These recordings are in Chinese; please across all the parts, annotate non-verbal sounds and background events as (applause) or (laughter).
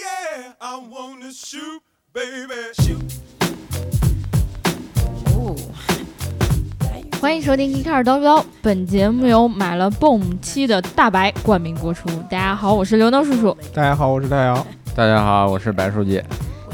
I wanna shoot, baby. Shoot. 欢迎收听《一开始叨不叨》，本节目由买了 BOOM 七的大白冠名播出。大家好，我是刘能叔叔。大家好，我是大姚。大家好，我是白书记。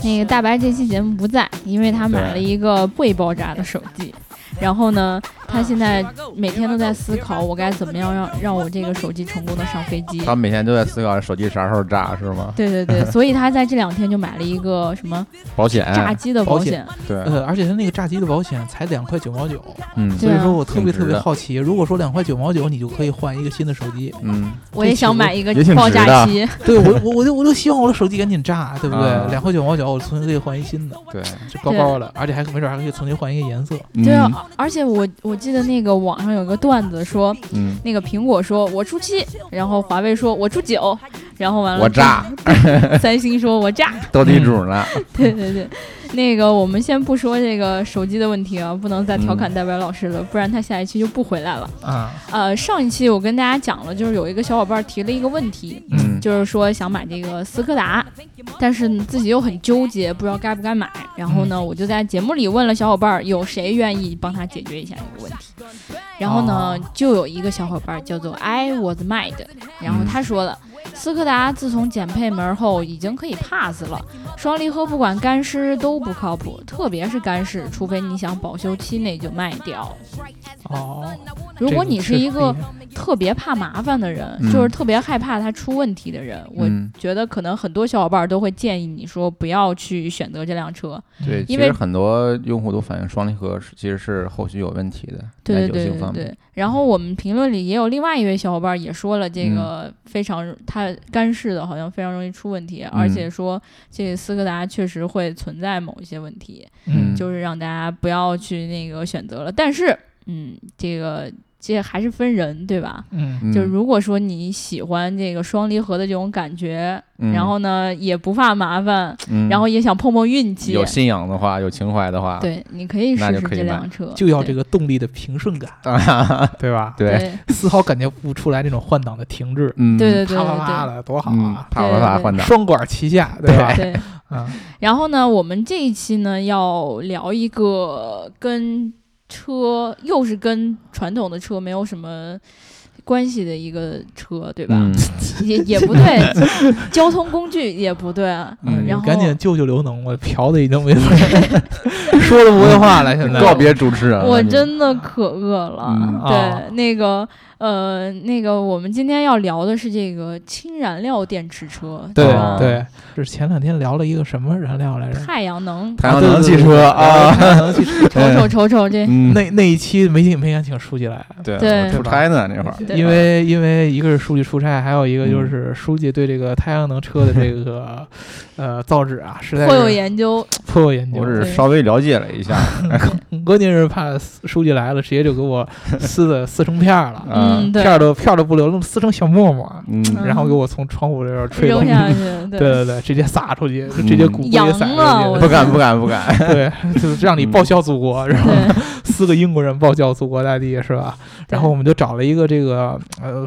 那个大白这期节目不在，因为他买了一个未爆炸的手机。然后呢，他现在每天都在思考，我该怎么样让让我这个手机成功的上飞机。他们每天都在思考手机啥时候炸，是吗？对对 (laughs) 对，所以他在这两天就买了一个什么保险，炸机的保保险险。对，呃，而且他那个炸鸡的保险才两块九毛九，嗯对所啊以说我特挺别值特别的好奇，如果说两块九毛九你就可以换一个新的手机，嗯，我也想买一个也挺值的爆炸机，对我我我就我就希望我的手机赶紧炸，对不对啊？两块九毛九我重新可以换一新的，对，这高高的，而且还没准还可以重新换一个颜色。对啊嗯，而且我我记得那个网上有个段子说，嗯，那个苹果说我出七，然后华为说我出九，然后完了嗯我炸 (laughs) 三星说我炸， (laughs) 斗地主呢，对对对，那个我们先不说这个手机的问题啊，不能再调侃戴白老师嗯了，不然他下一期就不回来了。啊，呃，上一期我跟大家讲了，就是有一个小伙伴提了一个问题，嗯，就是说想买这个斯柯达，但是自己又很纠结，不知道该不该买。然后呢，我就在节目里问了小伙伴儿，有谁愿意帮他解决一下这个问题？然后呢，就有一个小伙伴儿叫做 I was mad，然后他说了。斯柯达自从减配门后，已经可以 pass 了。双离合不管干湿都不靠谱，特别是干湿，除非你想保修期内就卖掉。哦，嗯如果你是一个这确实特别怕麻烦的人，嗯就是特别害怕它出问题的人，我嗯觉得可能很多小伙伴都会建议你说不要去选择这辆车。对，嗯其因为实很多用户都反映双离合是其实是后续有问题的，对对耐久对性对方面，对。然后我们评论里也有另外一位小伙伴也说了，这个非常、它干式的好像非常容易出问嗯题，而且说这斯柯达确实会存在某一些问题，嗯嗯就是让大家不要去那个选择了。但是，嗯，这个这还是分人，对吧？嗯，嗯就如果说你喜欢这个双离合的这种感觉，嗯然后呢也不怕麻烦，嗯然后也想碰碰运气，有信仰的话，有情怀的话，对，你可以试那就试可以这辆买车，就要这对个动力的平顺感，对吧？对，对丝毫感觉不出来那种换挡的停滞， (laughs) 嗯，对对对啪啪啪对的多好嗯，啊！啪啪啪换挡，双管齐下，对吧？对。啊，然后呢，我们这一期呢要聊一个跟车又是跟传统的车没有什么关系的一个车，对吧？嗯，也也不对，交通工具也不对啊。嗯然后赶紧救救刘能，我 (laughs) 嫖的已经没法儿说的不会话了，现在嗯告别主持人了，我你真的可饿了。嗯对，啊那个呃，那个我们今天要聊的是这个氢燃料电池车，对吧啊？对，这是前两天聊了一个什么燃料来着？太阳能，太阳能汽对对对车对啊，太阳能汽车。瞅瞅瞅瞅这，嗯，那那一期没请没敢请书记来，对对我出差呢那会儿，对因为因为一个是书记出差，还有一个就嗯是书记对这个太阳能车的这个呃造纸啊，实在颇有是研究。颇有研究我。只对是稍微了解了 (laughs) 一下，关键是怕书记来了，直接就给我撕的撕成片儿了，啊嗯，对片，儿都片儿都不留，那么撕成小沫沫，嗯嗯然后给我从窗户这边吹扔了。 (laughs) 下去，对对对对，直接撒出去，直接骨灰扬撒出了我去，不敢不敢不敢， (laughs) (laughs) 对，就是让你嗯报效祖国，然后对四个英国人报效祖国大地是吧？然后我们就找了一个这个呃，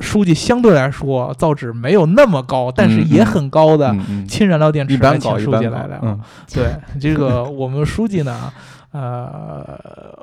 书记相对来说造纸没有那么高，但是嗯也很高的嗯 (laughs) 嗯氢燃料电池一来般请搞一书般记搞 (laughs) 来聊。嗯 (laughs) 对，这个我们书记呢，呃，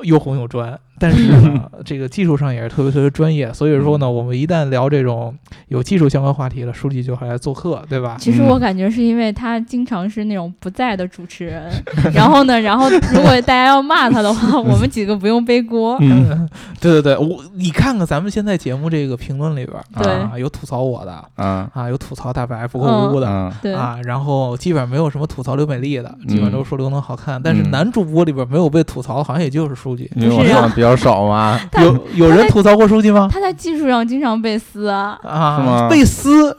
又红又专，但是 (laughs) 呢，这个技术上也是特别特别专业，所以说嗯呢，我们一旦聊这种有技术相关话题了，书记就还来做客，对吧？其实我感觉是因为他经常是那种不在的主持人，然后呢，然后如果大家要骂他的话，我们几个不用背锅。嗯，嗯，对对对，我你看看咱们现在节目这个评论里边儿，对啊，有吐槽我的， (laughs) 啊啊，有吐槽大白不够无辜的。啊，对，啊，然后基本上没有什么吐槽刘美丽的，基本上都说刘能好看，但是嗯男主播里边没有被吐槽的，好像也就是书记。因为我不是啊上的比较少 (laughs) 嘛，他有有人吐槽过书记吗？他在技术上经常被撕啊，是啊，吗被撕，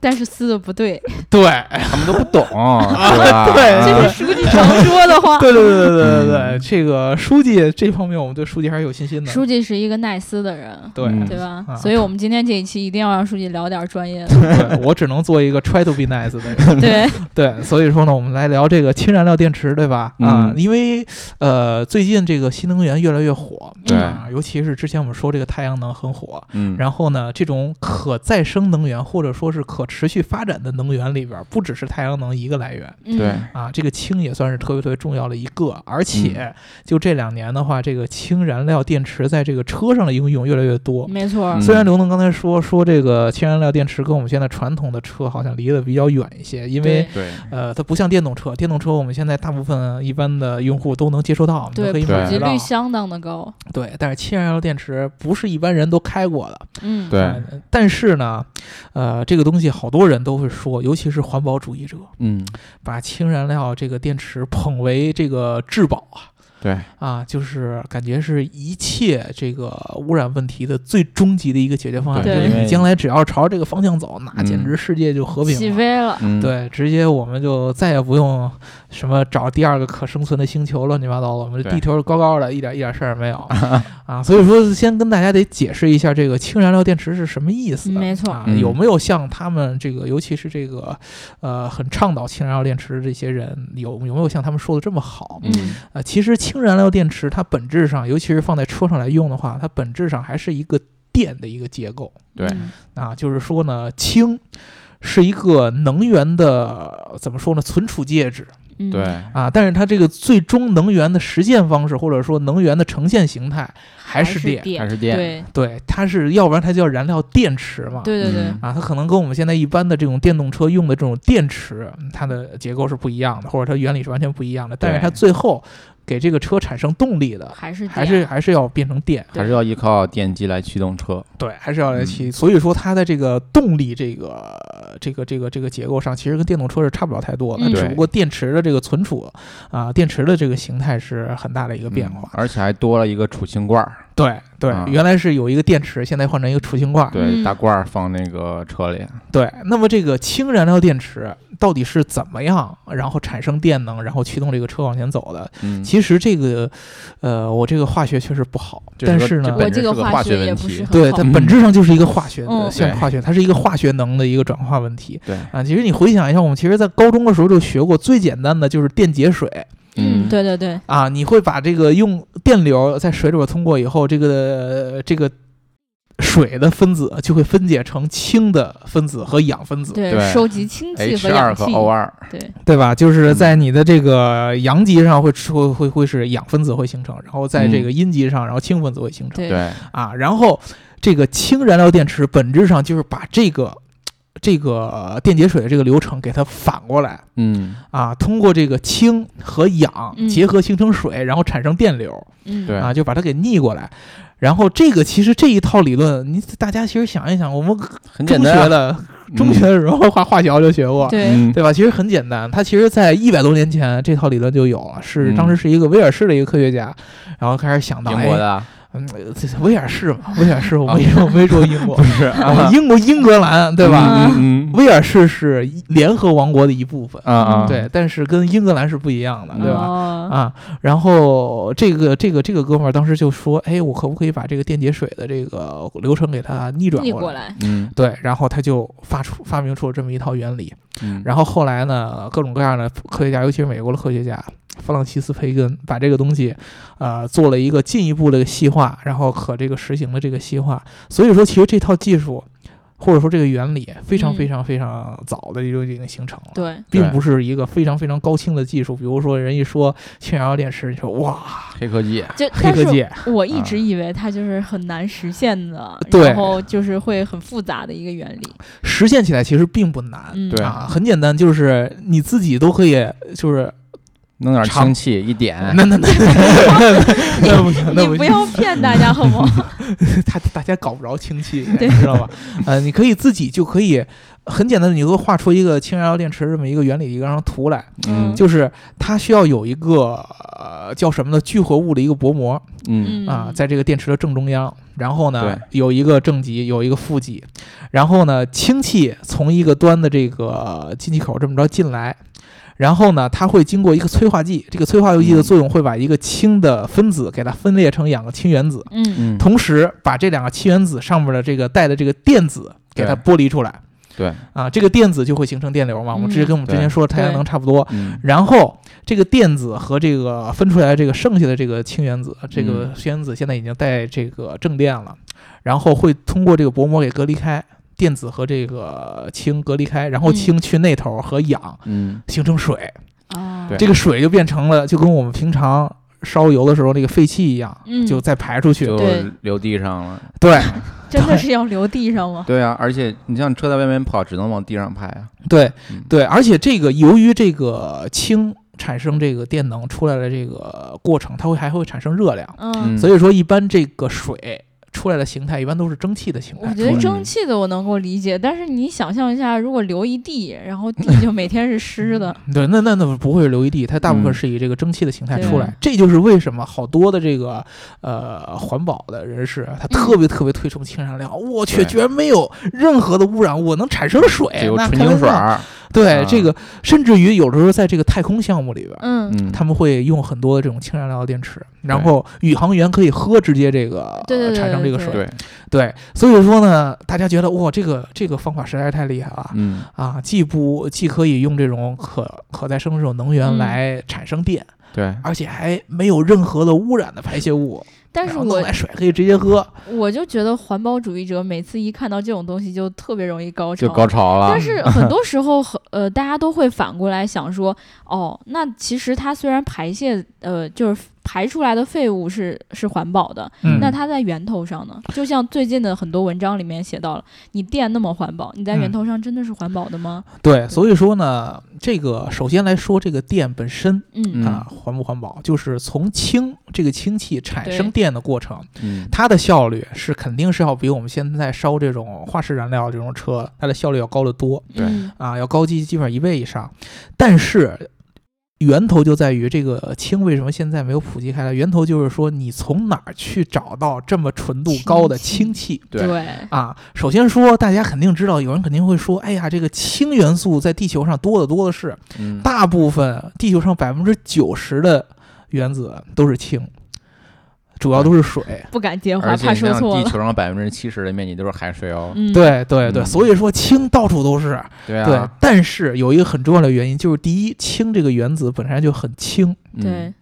但是撕的不对，对，他们都不 (laughs) 懂，啊对吧？对这啊 (laughs) 是书记常说的话。对对对对对对对，嗯这个书记这方面我们对书记还是有信心的。书记是一个耐撕的人，对嗯对吧？啊所以我们今天这一期一定要让书记聊点专业 (laughs) 的。对，我只能做一个 try to be nice 的人。对，对，所以说呢，我们来聊这个氢燃料电池，对吧？啊，嗯因为呃，最近这个新能源越来越火，对啊，尤其是之前我们说这个太阳能很火，嗯，然后呢，这种可再生能源或者说是可持续发展的能源里边，不只是太阳能一个来源嗯对啊，这个氢也算是特别特别重要的一个。而嗯且就这两年的话，这个氢燃料电池在这个车上的应用越来越多。没错，嗯虽然刘能刚才说说这个氢燃料电池跟我们现在传统的车好像离得比较远一些，因为对对，呃，它不像电动车，电动车我们现在大部分一般的用户都能接受到，我们都可对以普买及得到率。相当的高，对，但是氢燃料电池不是一般人都开过的。嗯，对呃但是呢，呃，这个东西好多人都会说，尤其是环保主义者，嗯，把氢燃料这个电池捧为这个至宝啊。对，啊，就是感觉是一切这个污染问题的最终极的一个解决方案。对就是因为你将来只要朝这个方向走，那简直嗯世界就和平了。起飞了，嗯，对，直接我们就再也不用什么找第二个可生存的星球乱七八糟了，我们这对地球高高的，一点一点事儿 (laughs) 没有啊。所以说，先跟大家得解释一下这个氢燃料电池是什么意思。没错啊，嗯有没有像他们这个，尤其是这个，呃，很倡导氢燃料电池的这些人，有有没有像他们说的这么好？嗯嗯，呃，其实氢燃料电池它本质上，尤其是放在车上来用的话，它本质上还是一个电的一个结构。对嗯啊，就是说呢，氢是一个能源的怎么说呢，存储介质嗯，对，啊，但是它这个最终能源的实现方式，或者说能源的呈现形态，还还是电还是电，对对，它是要不然它叫燃料电池嘛，对对对嗯，啊，它可能跟我们现在一般的这种电动车用的这种电池，嗯它的结构是不一样的，或者它原理是完全不一样的，但是它对最后给这个车产生动力的，还是还电是还是要变成电。还是要依靠电机来驱动车。对，还是要嗯来骑。所以说它在这个动力这个这个这个这个结构上，其实跟电动车是差不了太多的，嗯只对不过电池的这个存储啊、电池的这个形态是很大的一个变化。嗯而且还多了一个储氢罐儿，对对、啊原来是有一个电池，现在换成一个储氢罐。对，嗯大罐儿放那个车里，对，那么这个氢燃料电池到底是怎么样，然后产生电能，然后驱动这个车往前走的？嗯，其实这个，呃，我这个化学确实不好，这但是个是呢这，我本这身个是个化学学也问不题是很对，好它本质上就是一个化学的，嗯像对化学，它是一个化学能的一个转化问题。对，啊，其实你回想一下，我们其实在高中的时候就学过，最简单的就是电解水嗯，对对对，啊，你会把这个用电流在水里边通过以后，这个这个水的分子就会分解成氢的分子和氧分子，对，对收集氢气和，H 氧二气和，O 二，对，对吧？就是在你的这个阳极上会出会会会是氧分子会形成，然后在这个阴极上，然后氢分子会形成。对对，啊，然后这个氢燃料电池本质上就是把这个这个电解水的这个流程给它反过来嗯，啊，通过这个氢和氧嗯结合形成水，然后产生电流嗯，对啊，就把它给逆过来。然后这个其实这一套理论，你大家其实想一想，我们很中简学单啊，的中嗯学，的时候化化学就学过，对，嗯，对吧？其实很简单，它其实，在一百多年前这套理论就有了，是嗯当时是一个威尔士的一个科学家，然后开始想到，英哎国的啊啊嗯，这这威尔士嘛，(laughs) 威尔士我没我没说英国不，是啊啊，英国英格兰对吧？嗯嗯威尔士是联合王国的一部分，啊啊，对，但是跟英格兰是不一样的，对吧？吧？啊，然后这个这个这个哥们儿当时就说，哎，我可不可以把这个电解水的这个流程给它逆转逆过过来？来，嗯，对，然后他就发出发明出了这么一套原理。嗯，然后后来呢，各种各样的科学家，尤其是美国的科学家，弗朗西斯·培根把这个东西，呃，做了一个进一步的一个细化，然后可这个实行了这个细化。所以说，其实这套技术或者说这个原理，非常嗯非常非常早的就已经形成了。对，并对不是一个非常非常高清的技术，比如说人一说氢燃料电池，你说哇， (laughs) 黑科技，就黑但科技是，我一啊直以为它就是很难实现的，对然后就是会很复杂的一个原理，实现起来其实并不难、嗯，对啊，很简单，就是你自己都可以，就是弄点长氢气一点，那那那 (laughs) 那不行，那你行不要骗大家好不 (laughs) 好？他 (laughs) 大家搞不着氢气，对你知道吧？呃，你可以自己就可以很简单的，你会画出一个氢燃料电池这么一个原理一个张图来，嗯就是它需要有一个呃叫什么呢聚合物的一个薄膜嗯啊、在这个电池的正中央，然后呢对有一个正极，有一个负极，然后呢氢气从一个端的这个进气口这么着进来。然后呢，它会经过一个催化剂，这个催化剂的嗯作用会把一个氢的分子给它分裂成两个氢原子，嗯，嗯，同时把这两个氢原子上面的这个带的这个电子给它剥离出来对，啊，这个电子就会形成电流嘛。我们嗯之前跟我们之前对说的太阳能差不多。嗯然后这个电子和这个分出来的这个剩下的这个氢原子，这个嗯氢原子现在已经带这个正电了，然后会通过这个薄膜给隔离开。电子和这个氢隔离开，然后氢去那头和氧嗯，形成水，啊，对这个水就变成了就跟我们平常烧油的时候那个废气一样，嗯就再排出去。就对流地上了。对真的是要留地上吗？对啊，而且你像车在外面跑，只能往地上拍啊。对嗯对，而且这个由于这个氢产生这个电能出来的这个过程，它会还会产生热量，嗯，所以说一般这个水出来的形态一般都是蒸汽的形我态出觉来。得嗯蒸汽的我能够理解，但是你想象一下，如果留一地，然后地就每天是湿的，对，那那那不会是流一地，它大部分嗯是以这个蒸汽的形态对出来。这就是为什么好多的这个呃环保的人士，啊他特别特别推崇氢燃料。我去，对居然没有任何的污染物能产生水只，有那纯开玩净水笑。儿，对、啊这个，甚至于有的时候在这个太空项目里边，嗯，嗯，他们会用很多的这种氢燃料电池，然对后宇航员可以喝直接这个呃对对对产生这个对水。对，对，所以说呢，大家觉得哇，这个这个方法实在是太厉害了。嗯，啊，既不既可以用这种可可再生这种能源嗯来产生电，对，而且还没有任何的污染的排泄物，但是然后弄我来水可以直接喝。我就觉得环保主义者每次一看到这种东西就特别容易高潮，就高潮了但。 (laughs) 是很多时候，很呃，大家都会反过来想说，哦，那其实它虽然排泄，呃，就是排出来的废物是是环保的，嗯那它在源头上呢？就像最近的很多文章里面写到了，你电那么环保，你在源嗯头上真的是环保的吗？对，所以说呢，这个首先来说，这个电本身嗯嗯啊，环不环保，就是从氢这个氢气产生对电的过程，嗯，它的效率是肯定是要比我们现在烧这种化石燃料这种车，它的效率要高得多对嗯啊，要高基基本上一倍以上。但是源头就在于这个氢为什么现在没有普及开来？源头就是说你从哪儿去找到这么纯度高的氢氢气？对对啊，首先说，大家肯定知道，有人肯定会说，哎呀，这个氢元素在地球上多得多的是，嗯大部分地球上百分之九十的原子都是氢，主要都是水。嗯不敢接话，而且怕你说像错地了。球上百分之七十的面积都是海水哦。嗯，，对对对，嗯所以说氢到处都是。对对啊，，但是有一个很重要的原因，就是第一，氢这个原子本身就很轻。嗯对，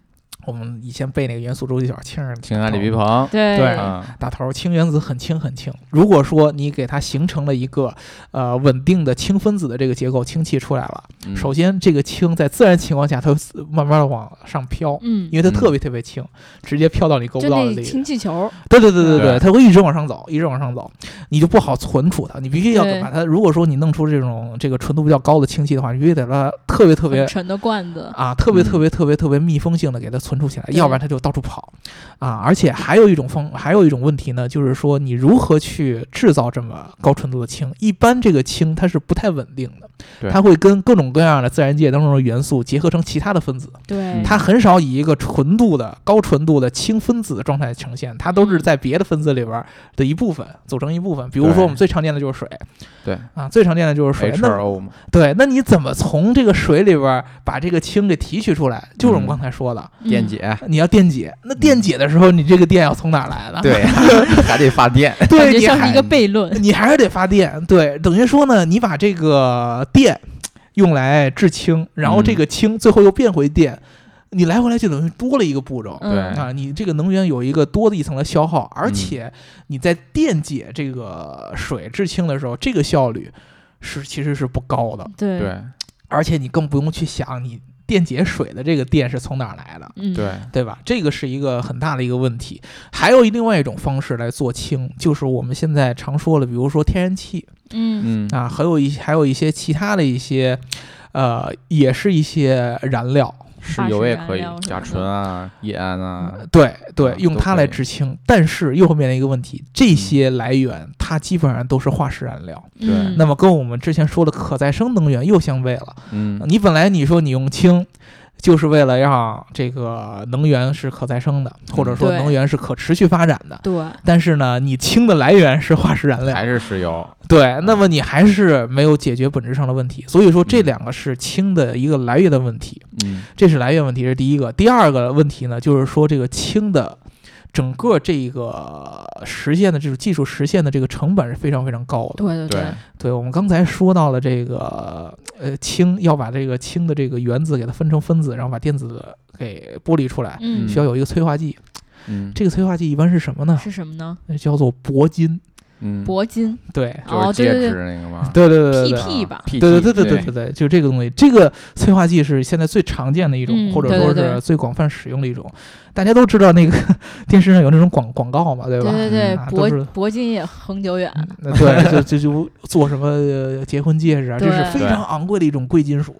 我们以前背那个元素周期表，氢是氢氦锂铍硼对对啊，大头，氢原子很轻很轻。如果说你给它形成了一个呃稳定的氢分子的这个结构，氢气出来了，嗯首先这个氢在自然情况下它会自慢慢的往上飘。嗯，因为它嗯特别特别轻，直接飘到你够就不到的那地氢方。气球，对对对对对，对它会一直往上走，一直往上走，你就不好存储它，你必须要对把它。如果说你弄出这种这个纯度比较高的氢气的话，你必须得把它特别特别很沉的罐 (laughs) 子，啊，特别嗯特别特别特别密封性的给它存储起来，对要不然它就到处跑啊。而且还有一种方，还有一种问题呢，就是说你如何去制造这么高纯度的氢？一般这个氢它是不太稳定的，对它会跟各种各样的自然界当中的元素结合成其他的分子，嗯对，嗯它很少以一个纯度的高纯度的氢分子的状态呈现，它都是嗯在别的分子里边的一部分组成一部分。比如说对我们最常见的就是水，对啊，最常见的就是水。那 H2O 嘛，对，那你怎么从这个水里边儿把这个氢给提取出来？就是我们嗯刚才说的，嗯电解。你要电解。那电解的时候，你这个电要从哪儿来的？对， (laughs) 还得发电。感对，觉你像是还一个悖论。你 (laughs) 还是得发电。对，等于说呢，你把这个电用来制氢，然后这嗯个氢最后又变回电，你来回来去等于多了一个步骤。嗯 (laughs) 对啊，你这个能源有一个多的一层的消耗，而嗯且你在电解这个水制氢的时候，这个效率是其实是不高的。对 (laughs) 对而且你更不用去想你电解水的这个电是从哪儿来的，嗯，对，对吧？这个是一个很大的一个问题。还有另外一种方式来做氢，就是我们现在常说的，比如说天然气嗯嗯啊，还有一还有一些其他的一些，呃，也是一些燃料。石油也可化以石燃料什么，的甲醇啊、乙胺啊，对对啊，用它来制氢，但是又会面临一个问题，这些来源它基本上都是化石燃料，对嗯那么跟我们之前说的可再生能源又相悖了。嗯，你本来你说你用氢，就是为了让这个能源是可再生的，嗯或者说对能源是可持续发展的。对，但是呢，你氢的来源是化石燃料，还是石油。对，那么你还是没有解决本质上的问题。所以说，这嗯两个是氢的一个来源的问题，嗯这是来源问题，这是第一个。第二个问题呢，就是说这个氢的整个这个实现的这种技术实现的这个成本是非常非常高的。对对对，对，我们刚才说到了这个呃氢，要把这个氢的这个原子给它分成分子，然后把电子给剥离出来，嗯需要有一个催化剂。嗯，这个催化剂一般是什么呢？呃是什么呢？那叫做铂金。嗯，铂金对，就是哦戒对对指那个嘛，啊对对对对对。 PP 吧，对对对对对对对对，就这个东西，这个催化剂是现在最常见的一种，嗯或者对说对是对最广泛使用的一种。大家都知道那个 (laughs) 电视上有那种广广告嘛，对吧？对对对，啊都是嗯铂铂金也恒久远，那对，就就就做什么呃结婚戒指啊，这对是非常昂贵的一种贵金属。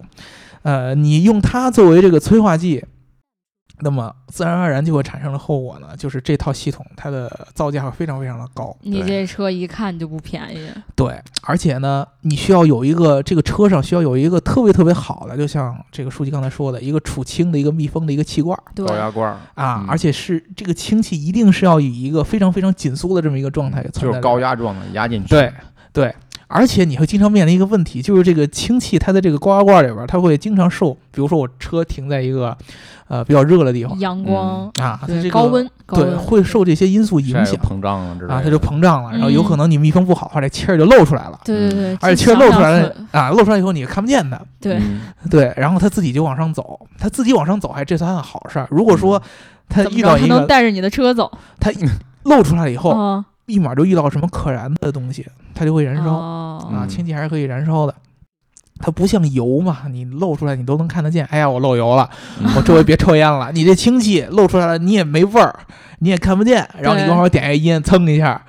呃，你用它作为这个催化剂，那么自然而然就会产生的后果呢，就是这套系统它的造价会非常非常的高。你对这车一看就不便宜。对，而且呢，你需要有一个这个车上需要有一个特别特别好的，就像这个书记刚才说的，一个储氢的一个密封的一个气罐儿对高，压罐儿啊，嗯而且是这个氢气一定是要以一个非常非常紧缩的这么一个状态存在就是的高压状的压进去，对对，而且你会经常面临一个问题，就是这个氢气它在这个高压罐里边儿，它会经常受，比如说我车停在一个呃比较热的地方阳光，啊，它这对个高温，高对温会受这些因素影晒响又膨胀了之类的，啊，它就膨胀了，然后有可能你密封不好的话，这气儿就漏出来了。对对对，嗯而且气这儿漏想出来想了很啊，漏出来以后你也看不见它，对嗯对，然后它自己就往上走，它自己往上走还这算好事儿。如果说它怎么遇着到他一能个带着你的车走它漏出来以后，啊？立马就遇到什么可燃的东西，它就会燃烧。烧啊，嗯氢气还是可以燃烧的。它不像油嘛，你漏出来你都能看得见。哎呀，我漏油了，嗯我周围别抽烟了。你这氢气漏出来了，你也没味儿，你也看不见。然后你对往后点一烟，蹭一下，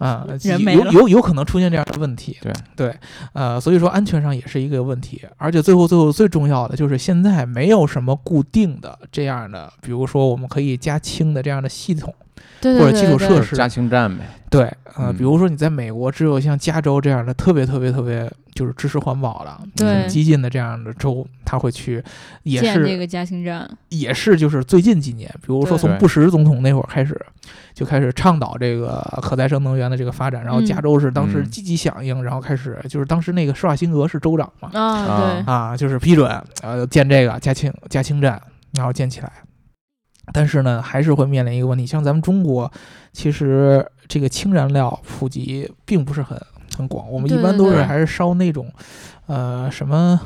啊，人没有了有有可能出现这样的问题。对对，呃，所以说安全上也是一个问题。而且最后最后最重要的就是现在没有什么固定的这样的，比如说我们可以加氢的这样的系统对对或者对基础对设就是施。加氢站呗，对，呃，嗯比如说你在美国，只有像加州这样的特别特别特别就是支持环保的、对很激进的这样的州，他会去，也嗯建这是个加氢站，也是就是最近几年，比如说对从对布什总统那会儿开始，就开始倡导这个可再生能源的这个发展，然后嗯加州是当时嗯积极响应，然后开始就是当时那个施瓦辛格是州长嘛，啊，嗯啊，就是批准呃建这个加氢加氢站，然后建起来。但是呢，还是会面临一个问题，像咱们中国，其实这个氢燃料普及并不是很很广，我们一对般对都是对还是烧那种，呃，什么，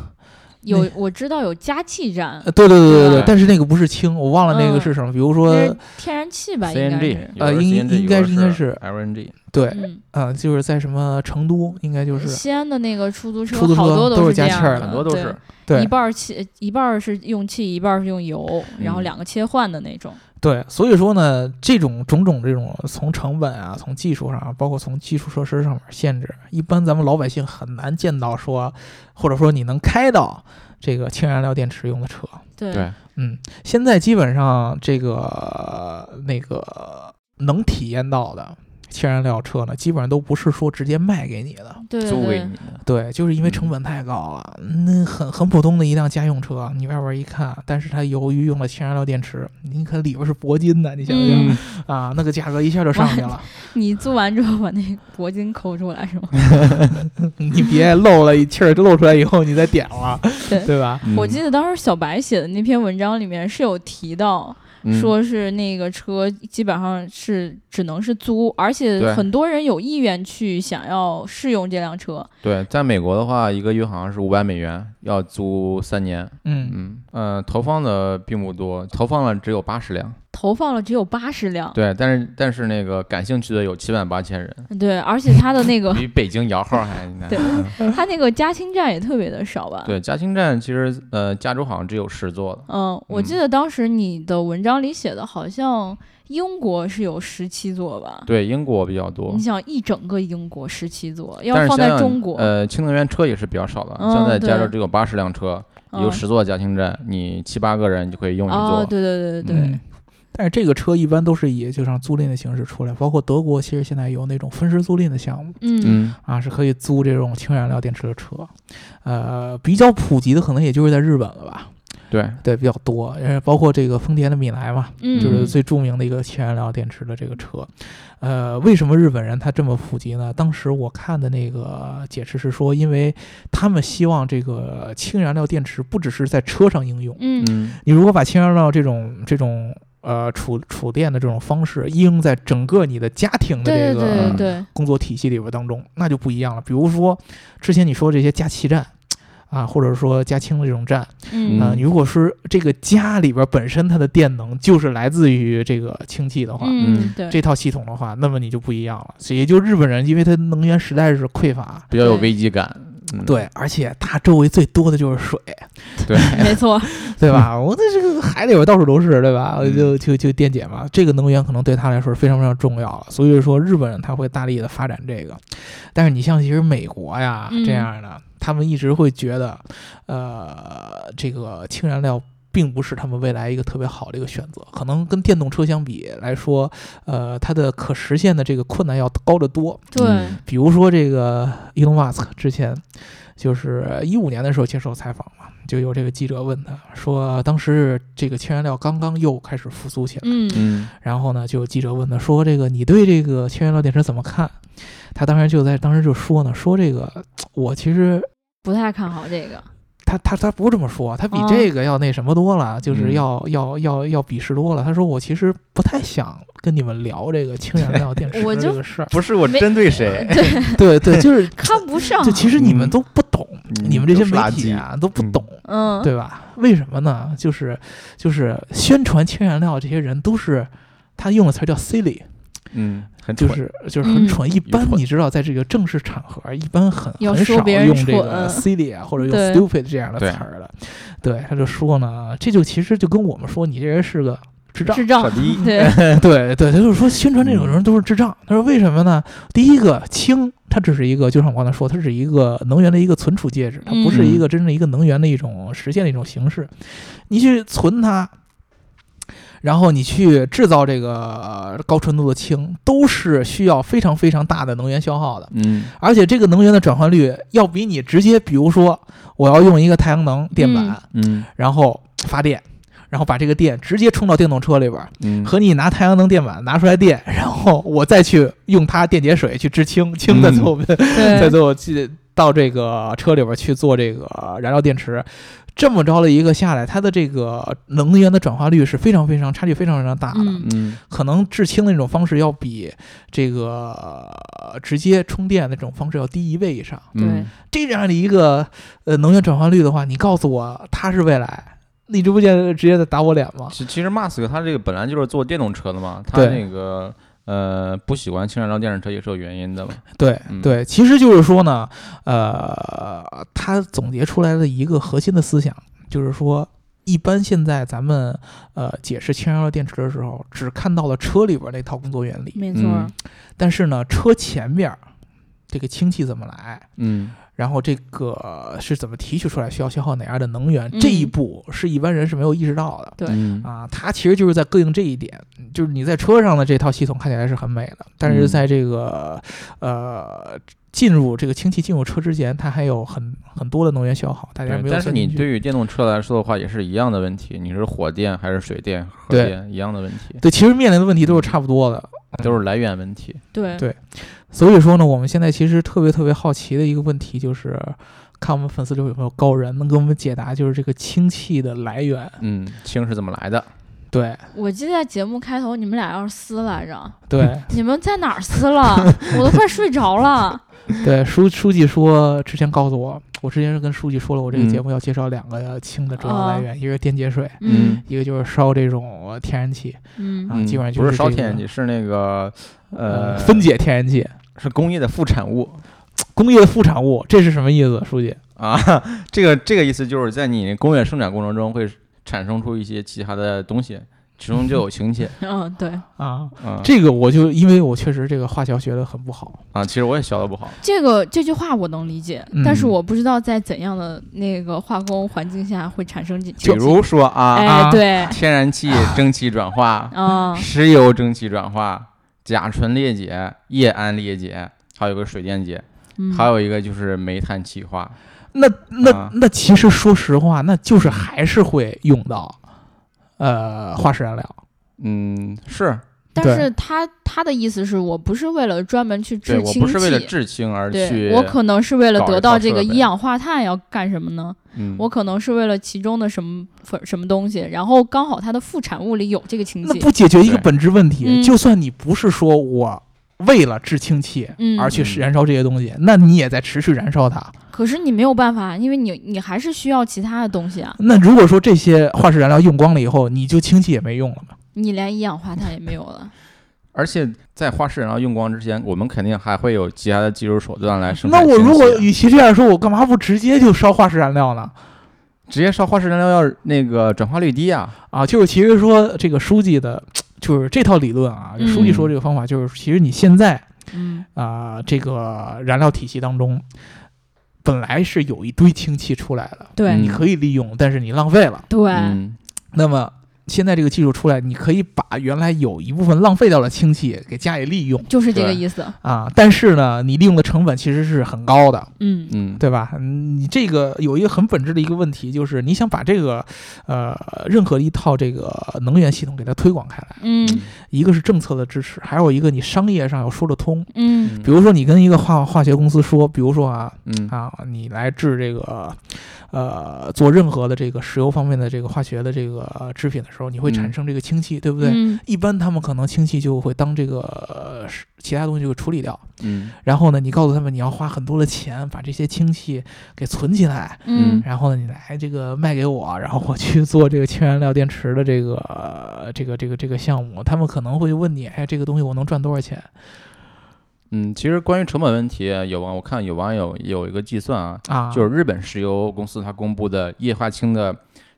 对，有我知道有加气站呃，对对对对对对吧，但是那个不是氢，我忘了那个嗯是什么，比如说，那是天然气吧，应该是 CNG，，呃有的应 CNG 应该有的应该是是 LNG，对，嗯，呃，就是在什么成都，应该就是西安的那个出租车出租车好多都是是这加气样儿的，的很多都呃对是，对一半儿气，一半儿是用气，一半儿是用油，然后嗯两个切换的那种。对，所以说呢，这种种种这种从成本啊，从技术上啊，包括从基础设施上面限制，一般咱们老百姓很难见到说，或者说你能开到这个氢燃料电池用的车。对对嗯，现在基本上这个那个能体验到的氢燃料车呢，基本上都不是说直接卖给你的，对租给对你的，对，就是因为嗯成本太高了。那很很普通的一辆家用车，你外边一看，但是它由于用了氢燃料电池，你可里边是铂金的，你想想。嗯啊，那个价格一下就上去了，你租完之后把那铂金抠出来是嗯吗？你别漏了气儿漏出来以后你再点了，对对吧？嗯我记得当时小白写的那篇文章里面是有提到，嗯说是那个车基本上是只能是租，而且对很多人有意愿去想要试用这辆车。对，在美国的话，一个月好像是五百美元，要租三年。嗯，嗯，呃，投放的并不多，投放了只有八十辆。投放了只有八十辆，对，但是但是那个感兴趣的有七万八千 (laughs) 人，对，而且它的那个比北京摇号还难。对它那个加氢站也特别的少吧？对，嘉兴站其实呃，加州好像只有十座的。嗯，我记嗯得当时你的文章里写的，好像英国是有十七座吧？对，英国比较多你。想一整个英国十七座，要但是放想在想中国，呃，氢能源车也是比较少的，嗯像在加州对只有八十辆车，有嗯十座嘉兴站，你七八个人就可以用一哦，座。对对对对对嗯，但是这个车一般都是以就像租赁的形式出来，包括德国其实现在有那种分时租赁的项目嗯，嗯，啊，是可以租这种氢燃料电池的车。呃，比较普及的可能也就是在日本了吧，对，对，比较多，呃，包括这个丰田的米莱嘛，嗯就是最著名的一个氢燃料电池的这个车。呃，为什么日本人他这么普及呢？当时我看的那个解释是说，因为他们希望这个氢燃料电池不只是在车上应用，嗯嗯，你如果把氢燃料这种这种呃储储电的这种方式应用在整个你的家庭的对这对对个嗯对对，工作体系里边当中，那就不一样了。比如说之前你说这些加气站。啊，或者说家清的这种站嗯啊、嗯如果是这个家里边本身它的电能就是来自于这个氢气的话，嗯，对，这套系统的话，那么你就不一样了。所以也就日本人，因为他能源实在是匮乏，比较有对危机感。嗯，对，而且他周围最多的就是水，对，没错，对吧？我在这个海里边到处都是，对吧？嗯就就就电解嘛，这个能源可能对他来说是非常非常重要了。所以说，日本人他会大力的发展这个。但是你像其实美国呀嗯这样的，他们一直会觉得，呃，这个氢燃料。并不是他们未来一个特别好的一个选择，可能跟电动车相比来说，呃，它的可实现的这个困难要高得多。嗯对，比如说这个 Elon Musk 之前就是一五年的时候接受采访嘛，就有这个记者问他说，当时这个氢燃料刚刚又开始复苏起来，嗯嗯然后呢，就有记者问他说，这个你对这个氢燃料电池怎么看？他当时就在当时就说呢，说这个我其实。不太看好这个，他他他不是这么说，他比哦这个要那什么多了，就是嗯，要、要要要鄙视多了。他说我其实不太想跟你们聊这个氢燃料电池我的就这个 (laughs) 事儿不是我没针对 (laughs) 谁，对对，就是 (laughs) (laughs) 看不上就，其实你们嗯都不懂，嗯你们这些都是媒垃体圾啊都不懂，嗯，对吧？为什么呢？就是就是宣传氢燃料这些人都是。他用的词儿叫 silly，嗯，很就蠢是就是很嗯蠢。一般蠢你知道，在这个正式场合，一般很要很说少别人用这蠢个 silly 啊，或者用对 stupid 这样的对词儿的。对，他就说呢，这就其实就跟我们说，你这人是个智障，智障傻，逼，对， (laughs) 对对，他就是说宣传这种人都是智障。他说为什么呢？第一个，氢它只是一个，就像我刚才说，它是一个能源的一个存储介质，它不是一个真正一个能源的一种实现的一种形式。你去存它，然后你去制造这个呃高纯度的氢，都是需要非常非常大的能源消耗的。嗯而且这个能源的转换率要比你直接，比如说我要用一个太阳能电板，嗯嗯然后发电，然后把这个电直接充到电动车里边儿，嗯，和你拿太阳能电板拿出来电，然后我再去用它电解水去制氢，氢的嗯最后、 (laughs) 再对，最后去到这个车里边去做这个燃料电池。这么着的一个下来，它的这个能源的转化率是非常非常差距非常非常大的，嗯，嗯可能制氢的那种方式要比这个、呃直接充电的这种方式要低一倍以上。对嗯，这样的一个呃能源转换率的话，你告诉我它是未来，你这不就直接在打我脸吗？其其实 Mask 他这个本来就是做电动车的嘛，他对那个呃不喜欢氢燃料电动车也是有原因的嘛。对嗯对，其实就是说呢，呃，他总结出来的一个核心的思想，就是说，一般现在咱们呃解释氢燃料电池的时候，只看到了车里边那套工作原理，没错，但是呢，车前面儿这个氢气怎么来，嗯然后这个是怎么提取出来，需要消耗哪样的能源，这一嗯步是一般人是没有意识到的。对嗯啊，它其实就是在膈应这一点，就是你在车上的这套系统看起来是很美的，但是嗯在这个、呃进入这个氢气进入车之前，它还有很很多的能源消耗，大家对没有但是算你进去。对于电动车来说的话，也是一样的问题，你是火电还是水电、核对电一样的问题，对，其实面临的问题都是差不多的。嗯都是来源问题。对对所以说呢，我们现在其实特别特别好奇的一个问题就是，看我们粉丝里有没有高人能给我们解答，就是这个氢气的来源。嗯，氢是怎么来的？对我记得在节目开头你们俩要是撕来着，对你们在哪儿撕 (laughs) 了？我都快睡着了。对，书书记说之前告诉我，我之前是跟书记说了，我这个嗯节目要介绍两个氢的主要来哦源，一个是电解水。嗯一个就是烧这种呃天然气嗯，啊，基本上就不这烧个天然气，是那个呃呃分解天然气，是工业的副产物工业的副产物，这是什么意思，书记？啊。这个这个意思就是在你工业生产过程中会产生出一些其他的东西，其中就有氢气嗯，对，啊，啊这个我就因为我确实这个化学学的很不好，啊。其实我也学的不好，这个这句话我能理解，但是嗯我不知道在怎样的那个化工环境下会产生这比这如说啊，哎啊，对，天然气蒸汽转化，啊，石油蒸汽转化、甲醇裂解、液氨裂解，还有个水电解，嗯还有一个就是煤炭气化。那那啊那其实说实话，那就是还是会用到呃化石燃料，嗯，是但对是他他的意思是我不是为了专门去对制我氢不是为了气，制氢而去对，我可能是为了搞得一到套这设个备一氧化碳要干什么呢？嗯我可能是为了其中的什么粉什么东西，然后刚好它的副产物里有这个氢那气，不解决一个对本质问嗯题。就算你不是说我为了制氢气嗯而去嗯燃烧这些东西，那你也在持续燃烧它。可是你没有办法，因为你你还是需要其他的东西啊，那如果说这些化石燃料用光了以后，你就氢气也没用了嘛？你连一氧化碳也没有了。而且在化石燃料用光之前，我们肯定还会有其他的技术手段来生那产我氢如果气啊与其这样说，我干嘛不直接就烧化石燃料呢？直接烧化石燃料要那个转化率低啊，啊，就是其实说这个书记的，就是这套理论啊，嗯书记说这个方法就是，其实你现在嗯啊、这个燃料体系当中，本来是有一堆氢气出来的，对你可以利用，但是你浪费了。对，嗯，那么现在这个技术出来，你可以把原来有一部分浪费掉的氢气给加以利用就是这个对意思。啊，但是呢，你利用的成本其实是很高的。嗯，嗯，对吧？嗯你这个有一个很本质的一个问题，就是你想把这个，呃，任何一套这个能源系统给它推广开来，嗯一个是政策的支持，还有一个你商业上要说得通。嗯嗯，比如说你跟一个化化学公司说，比如说啊嗯啊，你来制这个，呃，做任何的这个石油方面的这个化学的这个呃制品的时候，你会产嗯生这个氢气，对不对？嗯一般他们可能氢气就会当这个呃是其他东西就会处理掉，嗯然后呢，你告诉他们你要花很多的钱把这些氢气给存起来，嗯然后呢，你来这个卖给我，然后我去做这个氢燃料电池的这个呃这个这个这个项目，他们可能会问你，哎，这个东西我能赚多少钱嗯，其实关于成本问题，有网我看有网友有一个计算啊，啊？就是日本石油公司它公布的液化氢的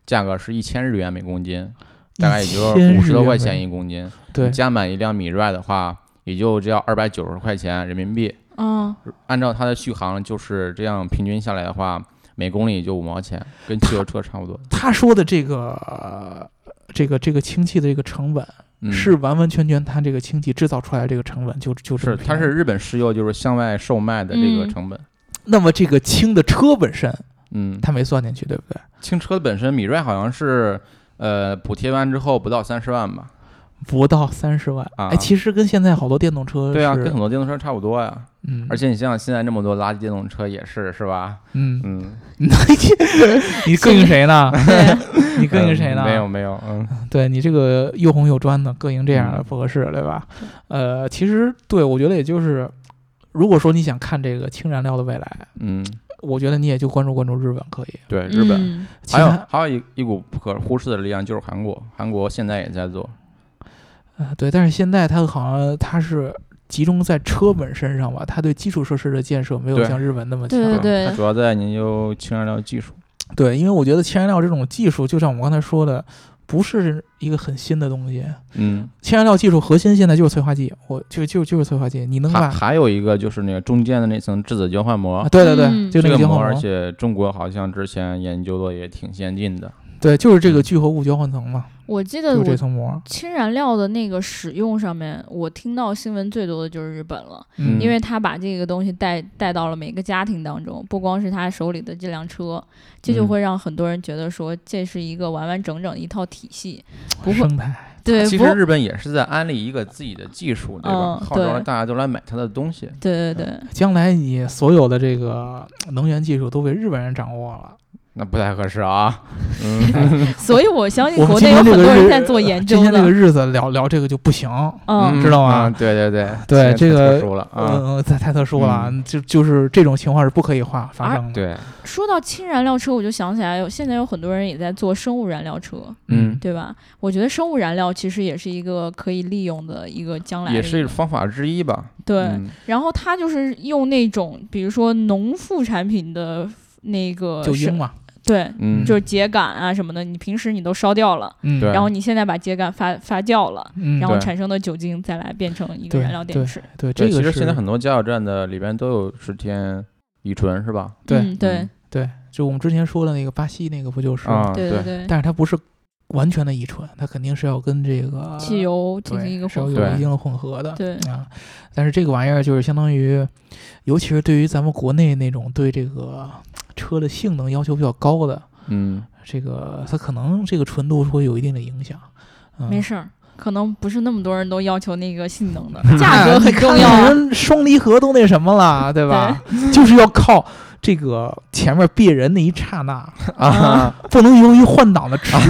价格是一千日元每公斤，大概也就1000五十多块日钱元一公斤。对，加满一辆米 r 的话，也就只要二百九十块钱人民币。嗯，按照它的续航就是这样，平均下来的话，每公里也就五毛钱，跟汽油车差不多。他说的这个、呃这个这个氢气的这个成本，嗯、是完完全全他这个氢气制造出来的这个成本就就这么是，它便宜是日本石油就是向外售卖的这个嗯成本。那么这个氢的车本身嗯，他没算进去，对不对？轻车本身米 r 好像是呃补贴完之后不到三十万吧？不到三十万，啊哎，其实跟现在好多电动车对啊，是跟很多电动车差不多呀。嗯，而且你想想现在那么多垃圾电动车也是是吧？嗯，嗯，你膈应 (laughs) 谁呢？对， (laughs) 你膈应谁嗯呢？没有没有，嗯对你这个又红又专的，膈应这样的不合适，对吧？呃，其实对我觉得也就是，如果说你想看这个氢燃料的未来，嗯，我觉得你也就关注关注日本可以。对，日本。嗯其还有他还有一一股不可忽视的力量就是韩国，韩国现在也在做，呃对，但是现在它好像它是集中在车本身上吧，它对基础设施的建设没有对像日本那么强。对对啊对它主要在研究氢燃料技术。对因为我觉得氢燃料这种技术，就像我们刚才说的，不是一个很新的东西。嗯，氢燃料技术核心现在就是催化剂，我就就就是催化剂，你能还把还有一个就是那个中间的那层质子交换膜啊，，对对对，嗯就这那个个交膜，换而膜，且中国好像之前研究的也挺先进的。对，就是这个嗯聚合物交换层嘛，我记得就这我层膜，氢燃料的那个使用上面，我听到新闻最多的就是日本了，嗯因为他把这个东西带带到了每个家庭当中，不光是他手里的这辆车，这就嗯会让很多人觉得说这是一个完完整整的一套体系，不会生态，对，啊其不实日本也是在安利一个自己的技术，对吧？嗯号召对大家都来买它的东西。对对对，将来你所有的这个呃能源技术都被日本人掌握了。那不太合适啊，嗯所以我相信我们国今内有天很多这个人日在做研今究天这个的，日子聊聊这个就不行，嗯嗯知道吗嗯对对对对现在这个太特殊了啊，嗯，太太特殊了，就就是这种情况是不可以化发生的。，对，说到氢燃料车，我就想起来有现在有很多人也在做生物燃料车，嗯，对吧？我觉得生物燃料其实也是一个可以利用的一个将来的也一是个方法之一吧。对。嗯然后它就是用那种比如说农副产品的那个嗯就是英嘛，对，嗯，就是秸秆啊什么的，你平时你都烧掉了，嗯，对然后你现在把秸秆发发酵了。嗯，然后对产生的酒精再来变成一个对燃料电池，对这对，个其实是现在很多加油站的里边都有十天乙醇是吧？对嗯对嗯对，就我们之前说的那个巴西那个不就是吗？啊，对对对，但是它不是完全的乙醇，它肯定是要跟这个汽油进对行一个是要混有合对，一定的混合的。对啊，但是这个玩意儿就是相当于，尤其是对于咱们国内那种对这个车的性能要求比较高的，嗯，这个它可能这个纯度会有一定的影响。嗯、没事，事儿，可能不是那么多人都要求那个性能 (laughs) 的，价哎格很重要啊。人双离合都那什么了，对吧？就是要靠这个前面别人那一刹那， (laughs) 啊不能由于换挡的 (laughs) 迟滞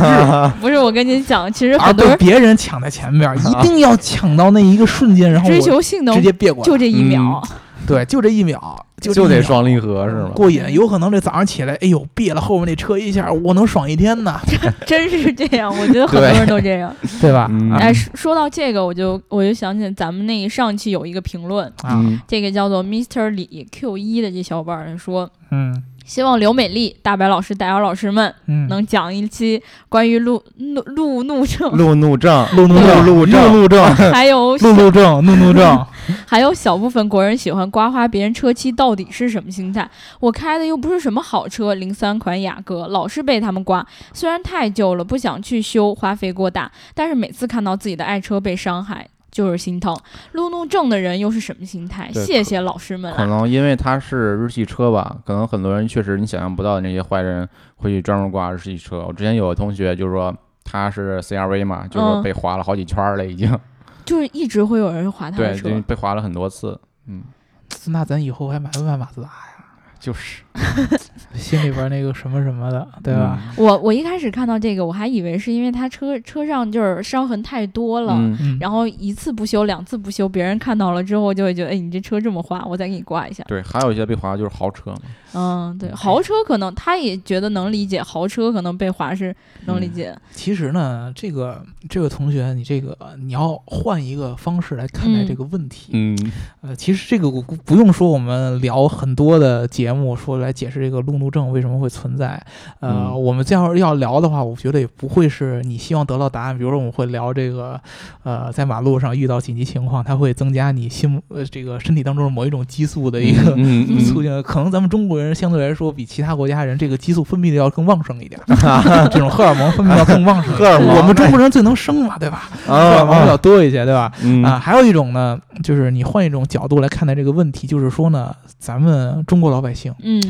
不是，我跟你讲，其实而很多被人别 (laughs) 人抢在前面，一定要抢到那一个瞬间，然后追我求性能直接别过来嗯就。这一秒，对，就这一秒，就就这一得秒双离合是吗？嗯过瘾。有可能这早上起来，哎呦，别了后面那车一下，我能爽一天 (laughs) 呢， (laughs) 真是这样，我觉得很多人都这 (laughs) 样。对吧？嗯啊哎，说说到这个，我就我就想起咱们那上期有一个评论，啊，嗯这个叫做 Mr 李 Q 一的这小伙伴儿说，嗯希望刘美丽、大白老师、大姚老师们嗯，能讲一期关于路怒路怒症，路怒 (laughs) 症，路怒症，路怒症路怒症，还有路怒症，路怒 (laughs) 症。还有小部分国人喜欢刮花别人车漆，到底是什么心态？我开的又不是什么好车，零三款雅阁，老是被他们刮。虽然太旧了，不想去修，花费过大，但是每次看到自己的爱车被伤害，就是心疼。路怒症的人又是什么心态？对谢谢老师们啊可啦！能因为它是日系车吧，可能很多人确实你想象不到那些坏人会去专门刮日系车。我之前有个同学就说他是 CRV 嘛，就说嗯被划了好几圈儿了已经，就是一直会有人划他的对，车就，被划了很多次。嗯，那咱以后还买不买马自达呀？就是 (laughs) 心里边那个什么什么的，对吧？？我我一开始看到这个，我还以为是因为他车车上就是伤痕太多了，嗯，嗯，然后一次不修，两次不修，别人看到了之后就会觉得，哎，你这车这么花，我再给你刮一下。对，还有一些被划的就是豪车嘛，嗯，对，豪车可能他也觉得能理解，豪车可能被划是能嗯理解。其实呢，这个这个同学，你这个你要换一个方式来看待这个问题。嗯，呃，其实这个我不不用说，我们聊很多的节目说来解释这个路怒症为什么会存在。呃，嗯我们这样要聊的话，我觉得也不会是你希望得到答案。比如说，我们会聊这个，呃，在马路上遇到紧急情况，它会增加你心目呃这个身体当中的某一种激素的一 (laughs) 个。嗯嗯促进可能咱们中国人相对来说比其他国家人这个激素分泌的要更旺盛 (laughs) 一点，这种荷尔蒙分泌要更旺盛一点。荷尔蒙我们中国人最能生嘛，对吧？啊荷尔蒙比较多一些，对吧？嗯啊，还有一种呢，就是你换一种角度来看待这个问题，就是说呢，咱们中国老百姓，嗯，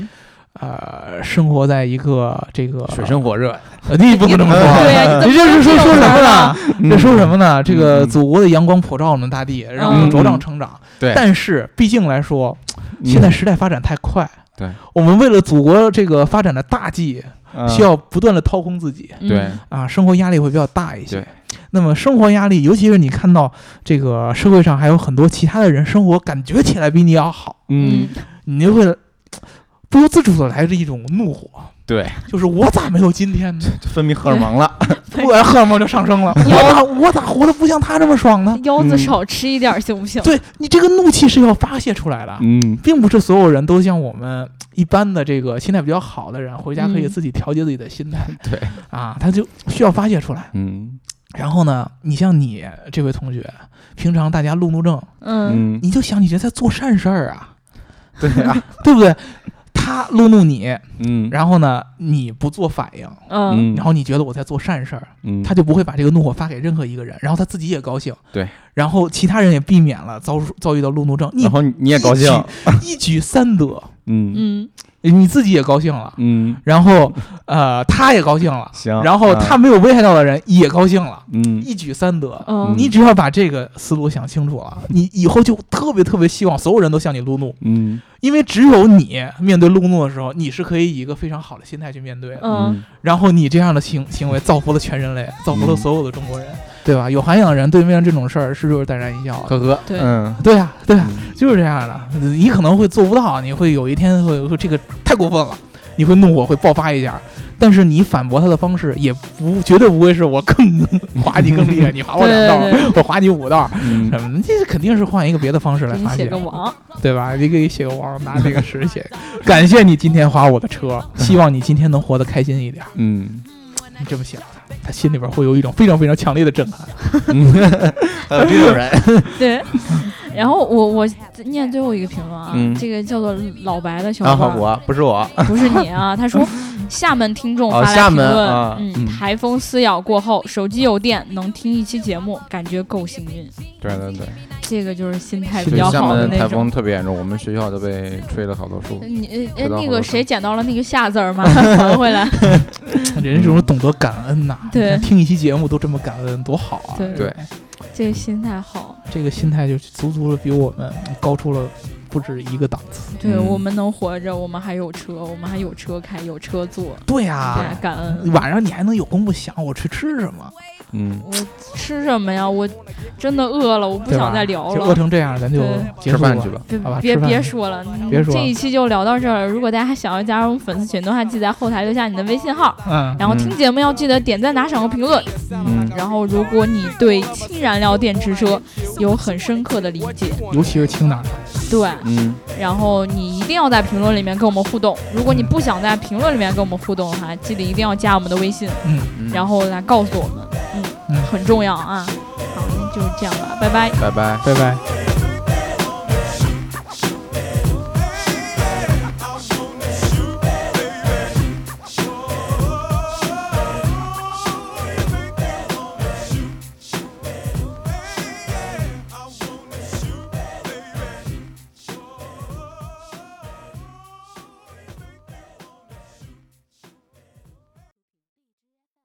呃，生活在一个这个水深火热，呃，你不能这么说啊， (laughs) 对呀、你你怎么这是说说什么呢？这说什么？么呢？这个嗯祖国的阳光普照我们大地，让我们茁壮成长。对但是毕竟来说，嗯现在时代发展太快。对，我们为了祖国这个发展的大计，嗯需要不断的掏空自己嗯对啊，生活压力会比较大一些对。那么生活压力，尤其是你看到这个社会上还有很多其他的人生活感觉起来比你要好，嗯嗯，你就会不由自主的来着一种怒火，对，就是 (laughs) 我咋没有今天 (laughs) 呢？分泌荷尔蒙了，突然荷尔蒙就上 (laughs) 升了，我咋我咋活得不像他这么爽呢嗯，？腰子嗯少吃一点儿行不行？对你这个怒气是要发泄出来的，嗯并不是所有人都像我们一般的这个心态比较好的人，回家可以嗯自己调节自己的心态。对啊，他就需要发泄出来。嗯然后呢，你像你这位同学，平常大家路怒症，嗯嗯，你就想你这在做善事儿啊，对啊， (laughs) 对不对？他路怒你，嗯然后呢，你不做反应，嗯嗯，然后你觉得我在做善事儿，嗯他就不会把这个怒火发给任何一个人，然后他自己也高兴，对，然后其他人也避免了遭遭遇到路怒症，(laughs) 你然后你也高兴，一举三得，嗯嗯你自己也高兴了，嗯，然后呃他也高兴了，行，然后啊他没有危害到的人也高兴了，嗯一举三得。嗯你只要把这个思路想清楚了，你以后就特别特别希望所有人都向你路怒，嗯因为只有你面对路怒的时候，你是可以以一个非常好的心态去面对的。嗯，然后你这样的行行为造福了全人类，造福了所有的中国嗯人，对吧？有涵养的人对面这种事儿是就是淡然一笑的。呵呵，对嗯对啊，对啊，就是这样的。你可能会做不到，你会有一天会会这个太过分了，你会怒火会爆发一下。但是你反驳他的方式也不绝对不会是我更 (laughs) 划你更厉害，你划我两对道，我划你五道 (laughs) 嗯什么的，这肯定是换一个别的方式来给你发写泄个，王，对吧？你给写个 (laughs) 王，拿这个实写。感谢你今天划我的车，希望你今天能活得开心一点。嗯，你这么想，他心里边会有一种非常非常强烈的震撼。还有这 (laughs) 种人，对。 (laughs) 然后我我念最后一个评论啊，嗯这个叫做老白的小啊，伙伴儿，我不是我，不是你啊，他 (laughs) 说。厦门听众哦发来厦评门论，啊嗯，嗯台风撕咬过后，手机有电，能听一期节目，感觉够幸运。对对对，这个就是心态比对较厦好的门台那种风。特别严重，我们学校都被吹了好多树，你哎，知那道好个多谁捡到了那个下字儿， (laughs) 麻烦还回来。嗯人这种懂得感恩呐、对你看听一期节目都这么感恩，多好啊！对对这个心态好，这个心态就足足的比我们高出了不止一个档次。对、嗯我们能活着，我们还有车，我们还有车开，有车坐，对呀、啊大家感恩。晚上你还能有功夫想我去吃什么，嗯，我吃什么呀？我真的饿了，我不对吧想再聊就饿了。成这样，咱就对结吃束饭去吧。别好吧别吃饭别去说了，嗯别说这了一期就聊到这儿了。如果大家还想要加入我们粉丝群的话，记得在后台留下你的微信号。嗯，然后嗯听节目要记得点赞、打赏和评论。嗯然后，如果你对氢燃料电池车有很深刻的理解，尤其是青岛，对，嗯，然后你一定要在评论里面跟我们互动。如果你不想在评论里面跟我们互动的话，记得一定要加我们的微信，嗯，嗯然后来告诉我们，嗯嗯，很重要啊。好，那就这样吧，拜拜。拜拜。拜拜拜。拜。